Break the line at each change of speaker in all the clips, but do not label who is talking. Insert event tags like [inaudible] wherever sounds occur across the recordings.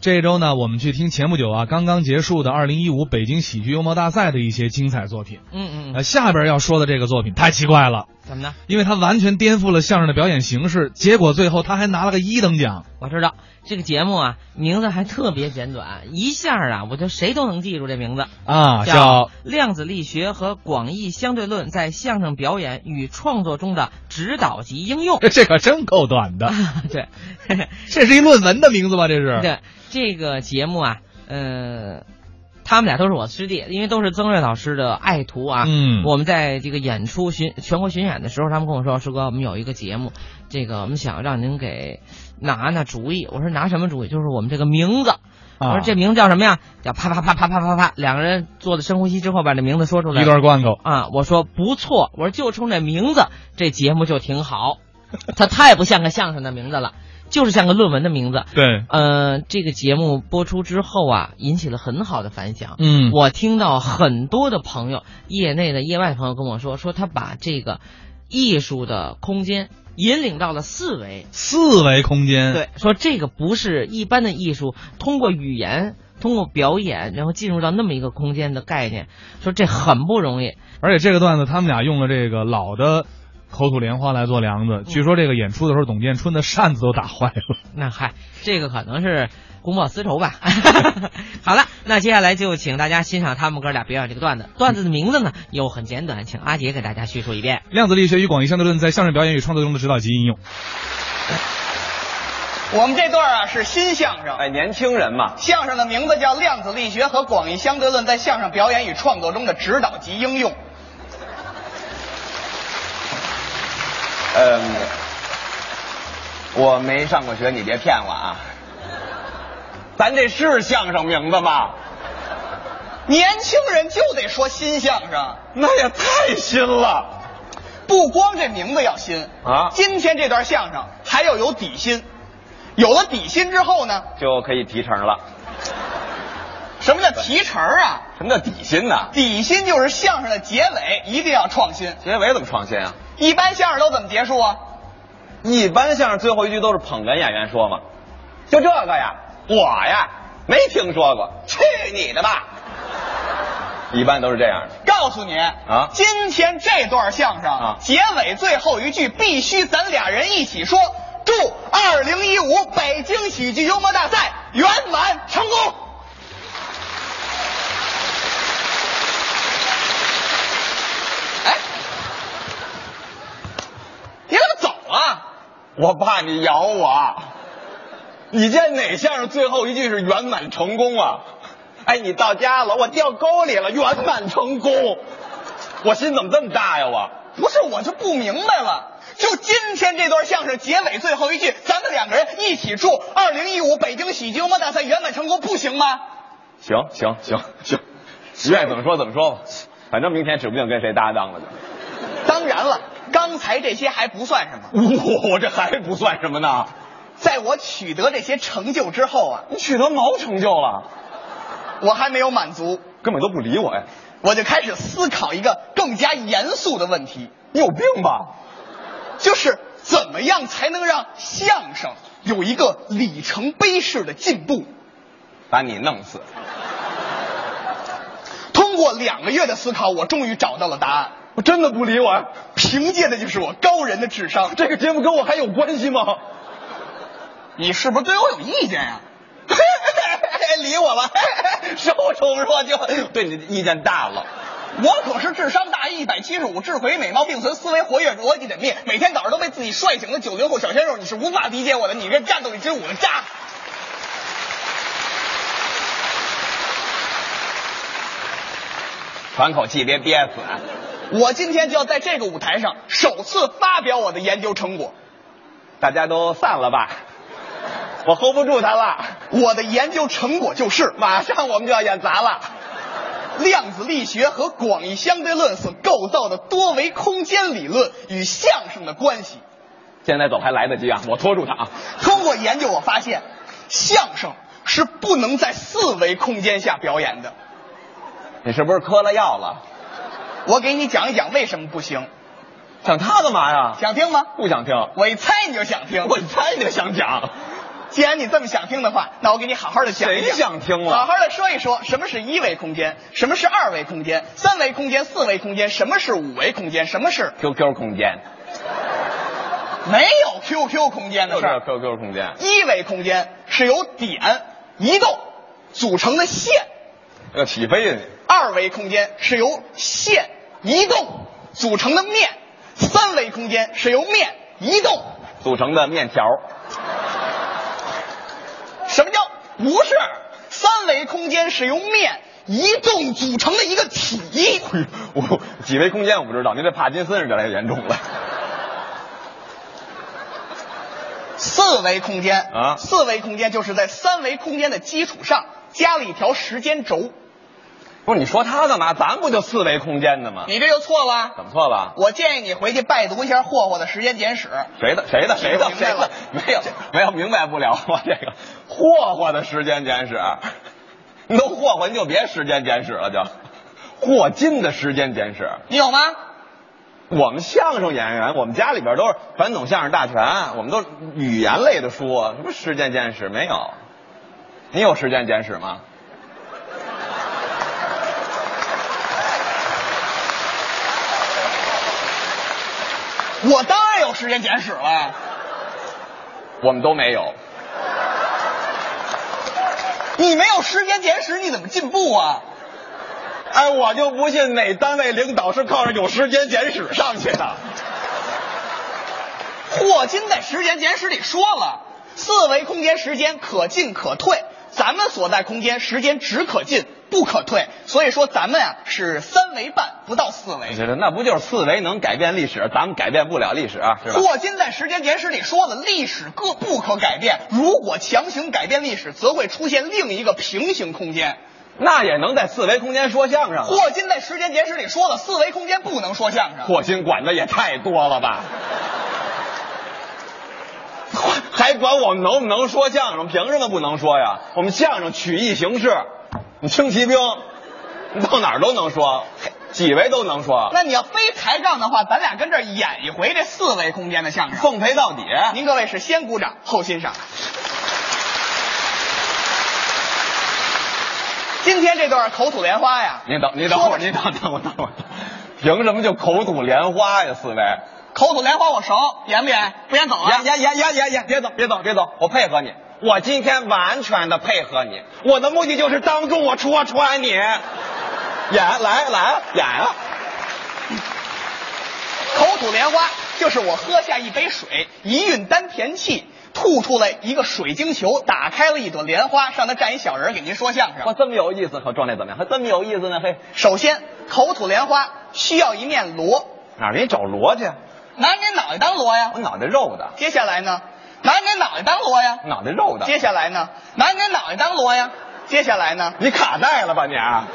这周呢，我们去听前不久啊刚刚结束的2015北京喜剧幽默大赛的一些精彩作品。
嗯嗯嗯，
呃，下边要说的这个作品太奇怪了，
怎么呢？
因为它完全颠覆了相声的表演形式，结果最后他还拿了个一等奖。
我知道这个节目啊，名字还特别简短， [laughs] 一下啊，我就谁都能记住这名字。
啊，
叫
叫 [laughs]
《量子力学和广义相对论在相声表演与创作中的指导及应用》 [laughs]
这可真够短
啊
的，
对， [laughs]
这是一论文的名字吧？这是
对，这个节目啊，呃，他们俩都是我师弟，因为都是曾瑞老师的爱徒啊。
嗯
我们在这个演出巡全国巡演的时候，他们跟我说：“师哥，我们有一个节目，这个我们想让您给拿拿主意。”我说：“拿什么主意？就是我们这个名字。”我
啊
说：“这名字叫什么呀？”叫啪啪啪啪啪啪啪。两个人做了深呼吸之后，把这名字说出来
一
了。
段关口。
啊，我说不错，我说就冲这名字，这节目就挺好。 [laughs] 它太不像个相声的名字了，就是像个论文的名字。
对，
呃，这个节目播出之后啊，引起了很好的反响。
嗯，
我听到很多的朋友，业内的、业外的朋友跟我说，说他把这个艺术的空间引领到了四维。
四维空间。，
对，说这个不是一般的艺术，通过语言、通过表演，然后进入到那么一个空间的概念，说这很不容易。
而且这个段子他们俩用了这个老的口吐莲花来做梁
嗯
子，据说这个演出的时候，董建春的扇子都打坏了。
那嗨，这个可能是公报私仇吧。好了，那接下来就请大家欣赏他们哥俩表演这个段子。段子的名字呢又很简短，请阿杰给大家叙述一遍。
量子力学与广义相对论在相声表演与创作中的指导及应用。
我们这段啊是新相声，
哎，年轻人嘛，
相声的名字叫《量子力学和广义相对论在相声表演与创作中的指导及应用》。
嗯，我没上过学，你别骗我啊。咱这是相声名字吗？
年轻人就得说新相声，
那也太新了。
不光这名字要新
啊
今天这段相声还要有底薪，有了底薪之后呢，
就可以提成了。
什么叫提成啊？
什么叫底薪呢？
底薪就是相声的结尾一定要创新。
结尾怎么创新啊？
一般相声都怎么结束啊？
一般相声最后一句都是捧哏演员说嘛。就这个呀，我呀没听说过，去你的吧！一般都是这样的。
告诉你
啊
今天这段相声
啊
结尾最后一句必须咱俩人一起说，祝二零一五北京喜剧幽默大赛圆满成功。哎，你怎么走啊？
我怕你咬我。啊你见哪相声最后一句是圆满成功啊？哎，你到家了，我掉沟里了，圆满成功。我心怎么这么大呀？我
不是，我就不明白了。就今天这段相声结尾最后一句，咱们两个人一起祝二零一五北京喜剧幽默大赛圆满成功，不行吗？
行行行行，你愿意怎么说怎么说吧，反正明天指不定跟谁搭档了就。
当然了，刚才这些还不算什么，
我、我这还不算什么呢？
在我取得这些成就之后啊，
你取得毛成就了，
我还没有满足，
根本都不理我呀！
我就开始思考一个更加严肃的问题，
你有病吧？
就是怎么样才能让相声有一个里程碑式的进步？
把你弄死！
通过两个月的思考，我终于找到了答案。
我真的不理我呀！
凭借的就是我高人的智商。
这个节目跟我还有关系吗？
你是不是对我有意见呀、 [laughs] 理我了，收手说就。
对你的意见大了。
我可是智商大一百七十五，智慧美貌并存，思维活跃，逻辑缜密，每天早上都被自己帅醒的九零后小鲜肉，你是无法理解我的，你这战斗力之五的渣。
喘口气，别憋死。
我今天就要在这个舞台上首次发表我的研究成果，
大家都散了吧，我 hold 不住他了。
我的研究成果就是
马上我们就要演砸了。
量子力学和广义相对论所构造的多维空间理论与相声的关系。
现在走还来得及啊，我拖住他啊。
通过研究，我发现相声是不能在四维空间下表演的。
你是不是嗑了药了？
我给你讲一讲为什么不行，
想他干嘛呀？
想听吗？
不想听。
我一猜你就想听。
我猜你就想讲。
既然你这么想听的话，那我给你好好的讲一
谁
讲。
想听
好
了？
好的说一说，什么是一维空间，什么是二维空间，三维空间、四维空间，什么是五维空间，什么是
QQ 空间，
没有 QQ 空间的
就
事
是
儿。
QQ 空间，
一维空间是由点、移动组成的线，
要起飞呢。
二维空间是由线、移动组成的面，三维空间是由面、移动。
组成的面条，
什么叫不是？三维空间是由面、移动组成的一个体。
[laughs] 我几维空间我不知道，您这帕金森是越来越严重了。
四维空间
啊
四维空间就是在三维空间的基础上加了一条时间轴。
不是你说他干嘛？咱不就四维空间的吗？
你这就错了。
怎么错了？
我建议你回去拜读一下霍霍的《时间简史》。
谁的？谁的？谁的？
明
谁
白
的
了？
没有，没有，明白不了我这个霍霍的时间简史，你都霍霍，你就别时间简史了，就霍金的时间简史。
你有吗？
我们相声演员，我们家里边都是传统相声大全，我们都是语言类的书，啊什么时间简史没有？你有时间简史吗？
我当然有《时间简史》了。
我们都没有。
你没有《时间简史》，你怎么进步啊？
哎，我就不信哪单位领导是靠着有时间简史上去的。
霍金在《时间简史》里说了，四维空间时间可进可退，咱们所在空间时间只可进不可退，所以说咱们啊是三维半不到四维。
哎那不就是四维能改变历史，咱们改变不了历史，啊是吧？
霍金在《时间简史》里说了，历史各不可改变，如果强行改变历史，则会出现另一个平行空间。
那也能在四维空间说相声啊。
霍金在《时间简史》里说了，四维空间不能说相声。
霍金管的也太多了吧？还管我们能不能说相声？凭什么不能说呀？我们相声曲艺形式，你轻骑兵，你到哪儿都能说，几维都能说，
那你要非抬杠的话，咱俩跟这儿演一回这四维空间的相声。
奉陪到底。
您各位是先鼓掌后欣赏。今天这段口吐莲花呀，
您等，您等会
说
儿，
吧
您等等我，等我，凭什么就口吐莲花呀？四维，
口吐莲花我熟，演不演？不演走啊！
呀呀呀呀呀！别走，别走，别走，我配合你，我今天完全的配合你，我的目的就是当众我戳穿你，演来来演啊！
口吐莲花就是我喝下一杯水，一运丹田气，吐出来一个水晶球，打开了一朵莲花，上头站一小人儿给您说相
哇，
声。
这么有意思，可状态怎么样？还这么有意思呢？嘿，
首先，口吐莲花需要一面锣，
哪儿给你找锣去？
拿您脑袋当锣呀。
我脑袋肉的，
接下来呢，拿您脑袋当锣呀。
脑袋肉的。
接下来呢，拿您脑袋当锣呀。接下来呢，
你卡带了吧你？啊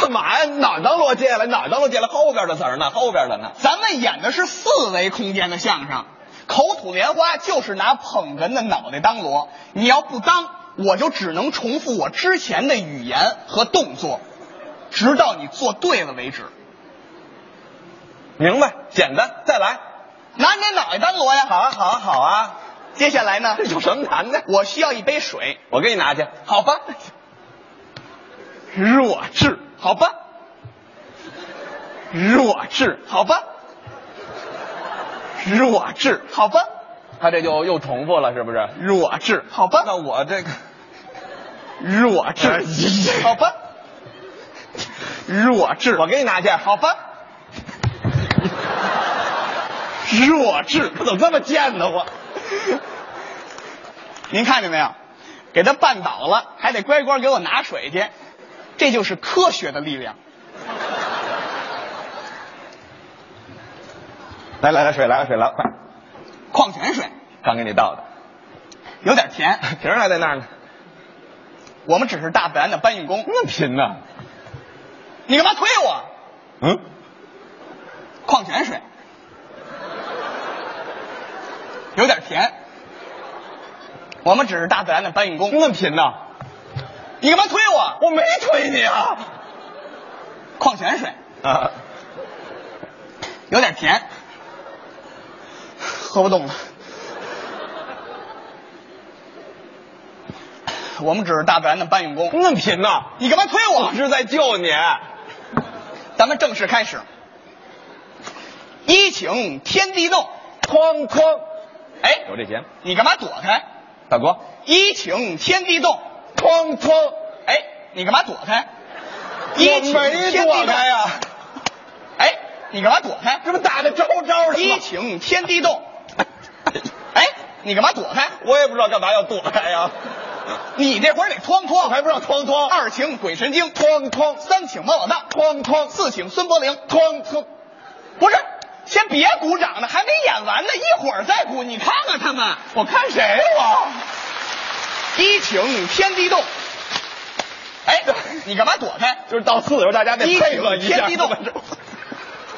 干嘛呀？哪儿当锣接了？哪儿当锣接了？后边的词儿呢？后边的呢？
咱们演的是四维空间的相声，口吐莲花就是拿捧哏的脑袋当锣，你要不当，我就只能重复我之前的语言和动作，直到你做对了为止。
明白，简单，再来。
拿您脑袋当锣呀！
好啊，好啊，好啊！
接下来呢
这，有什么难的？
我需要一杯水，
我给你拿去。
好吧？
弱智，
好吧，
弱智，
好吧，
弱智。
好吧，
他这就又重复了，是不是？弱智，
好吧
那我这个 [laughs] 哎弱 [laughs] 智，
哎好吧，
弱智，我给你拿去。好吧。弱智，他怎么这么贱呢？我
您看见没有？给他绊倒了，还得乖乖给我拿水去，这就是科学的力量。
来来来，水来了，水来了，快，
矿泉水
刚给你倒的，
有点甜。
[laughs] 瓶儿还在那儿呢。
我们只是大自然的搬运工。
那么贫呢？
你干嘛推我？
嗯，
矿泉水，有点甜。我们只是大自然的搬运工。
那么贫呢？
你干嘛推我？
我没推你啊！
矿泉水
啊，
有点甜，喝不动了。我们只是大自然的搬运工。
那么贫呐！
你干嘛推我
我？是在救你。
咱们正式开始。一请天地动，
哐哐，
哎，
有这节目，
你干嘛躲开？
大哥，
一请天地动，
哐哐，
哎，你干嘛躲开？一
我
请
没
天地
躲
动
开，呀，
哎，你干嘛躲开？
这不打的招招是
一
吗？
请天地动，哎，你干嘛躲开？
我也不知道干嘛要躲开呀，
[laughs] 你这会儿得哐
我
哐。
还不知道哐哐，
二请鬼神经，
哐哐，
三请王老大，
哐哐，
四请孙伯龄，
哐哐，
不是，先别鼓掌呢，还没演完呢，一会儿再鼓。你看看他们，
我看谁呀我？
一请天地动。哎，你干嘛躲开？
就是到四的时候大家得
一
配合
请
一下。
天地动。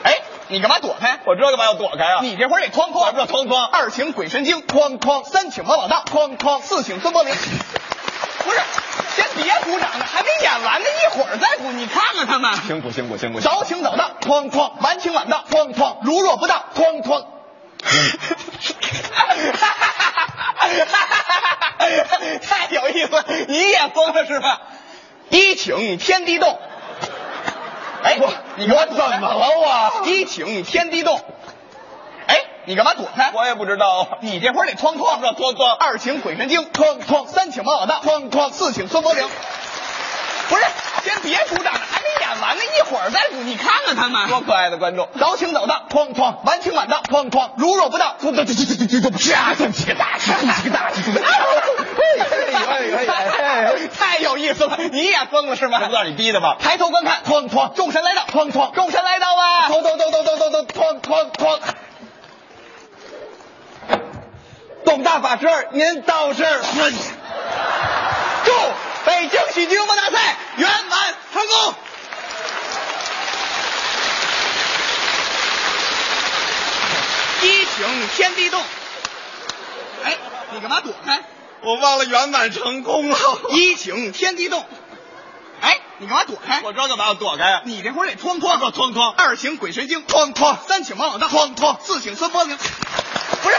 哎，你干嘛躲开？
我知道干嘛要躲开啊。
你这会儿得哐
我还不知
哐，
道哐哐，
二请鬼神经，哐哐，三请王老大，哐哐，四请孙伯龄。不是，先别鼓掌呢，还没演完呢，一会儿再鼓。你看看他们，
辛苦辛苦辛苦。
早请早到，哐哐；晚请晚到，哐哐；如若不到，哐哐。 [laughs] 太有意思了，你也疯了是吧？一请天地动。哎，我你干嘛躲开
我怎么了我
一请天地动。哎，你干嘛躲开？
我也不知道啊。
你这会儿得哐哐
这哐哐
二请鬼神经，哐哐；三请王老大，哐哐；四请孙伯龄。不是，先别鼓掌了，还没演完呢，一会儿再鼓。你看看他们，
多可爱的观众。
早请早到，哐哐；晚请晚到，哐哐；如若不到，哐哐。啪，咚起大气，起大气。太有意思了，你也疯了是吗
这？ [laughs] 不让你逼的吗？
抬头观看，哐哐；众神来到，哐哐；众神来到啊，咚咚咚咚咚咚咚，哐哐哐。
董大法师，您倒是
祝北京喜剧幽默大赛圆满成功！一请天地动。哎，你干嘛躲开？
我忘了圆满成功了。
一请天地动。哎，你干嘛躲开？
我啊知道干嘛要躲开。
[laughs] 你这会儿得哐哐
我哐哐，
二请鬼神经，哐哐；三请王老大，哐哐；四请孙伯龄。不是，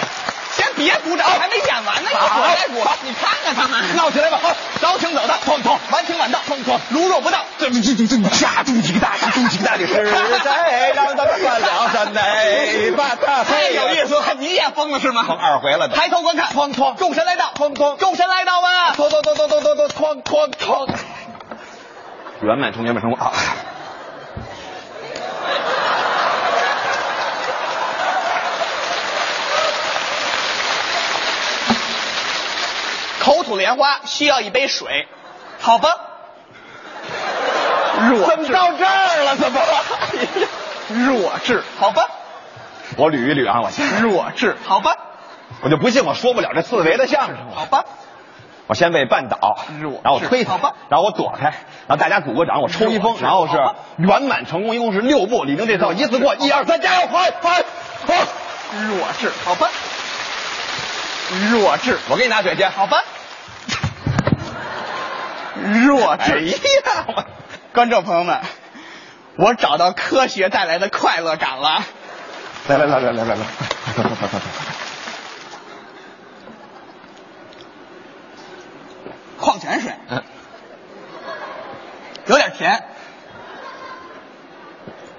先别鼓掌，还没演完呢，一会儿再鼓。你看看他们，闹起来吧！早请早到，哐哐；晚请晚到，哐哐；如若不到，这这这这下咚几个大下咚几个大的 [laughs]
是在让咱们算两三内把大
太哎有意思了，你也疯了是吗？
成二回了都。
抬头观看，哐哐；众神来到，哐哐；众神来到啊，哐哐哐哐哐哐哐哐。
圆满成功，圆满成功啊！
口吐莲花需要一杯水，好吧？弱
怎么到这儿了？怎么了？
[laughs] 弱智，好吧？
我捋一捋啊，我先，
弱智，好吧？
我就不信我说不了这四维的相声
好
了。
吧？
我先被绊倒
弱智，
然后我推他
好吧，
然后我躲开，然后大家鼓个掌，我抽一
弱
风，
智
然后是
好吧
圆满成功，一共是六步，李宁这套一次过，一二三，加油，快快啊快！
弱智，好吧？弱智，
我给你拿水去，
好吧？弱
哎
智，
呀，我
观众朋友们，我找到科学带来的快乐感了。
来来来来来 [laughs] 来来，
矿泉水，
嗯
有点甜。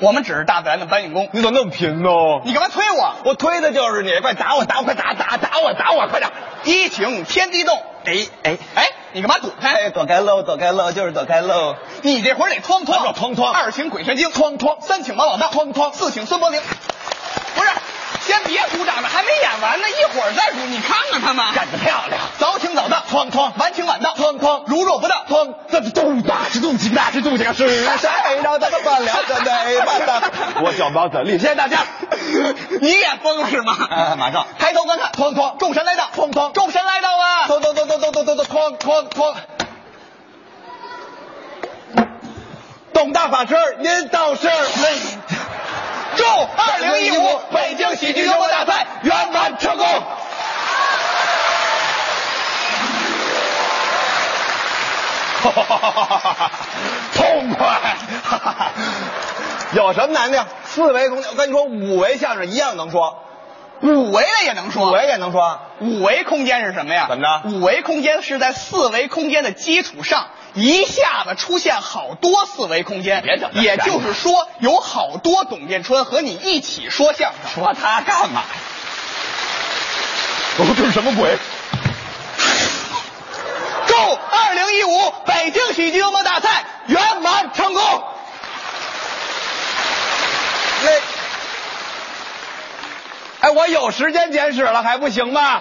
我们只是大自然的搬运工。
你怎么那么贫呢？
你干嘛推我？
我推的就是你，快打我打我，快打打打我打我，快打！
一请天地动。
哎哎
哎，你干嘛躲开？
哎，躲开喽，躲开喽，就是躲开喽。
你这会儿得哐
咱
哐，
们哐哐
二请鬼神经，哐哐；三请王老大，哐哐；四请孙伯龄。不是，先别鼓掌了，还没演完呢，一会儿再鼓。你看看他们，
干得漂亮！
早请早到，哐哐；晚请晚到，哐哐；如若不到，哐。
这动大是动几大是动几个啊是 [laughs] 谁让咱们饭聊的那么大？ [laughs] 我小包子立，谢谢 [laughs] 大家。
[laughs] 你也疯了是吗？
啊马上
[laughs] 抬头观看，哐哐；众神来到，哐哐；众神来到啊，
咚咚咚咚咚咚咚咚，哐哐哐！董大法师，您倒是
祝二零一五北京喜剧幽默大赛
圆满成功。 [laughs] 痛快！ [laughs] 有什么难的？四维空间，我跟你说，五维相声一样能说。
五维的也能说。
五维也能说，
五维空间是什么呀？
怎么着
五维空间是在四维空间的基础上，一下子出现好多四维空间。
别整这
也就是说，有好多董建春和你一起说相声。
说他干嘛？我这是什么鬼？
够！二零一五北京喜剧幽默大赛圆满成功。
哎那，哎，我有时间捡屎了还不行吗？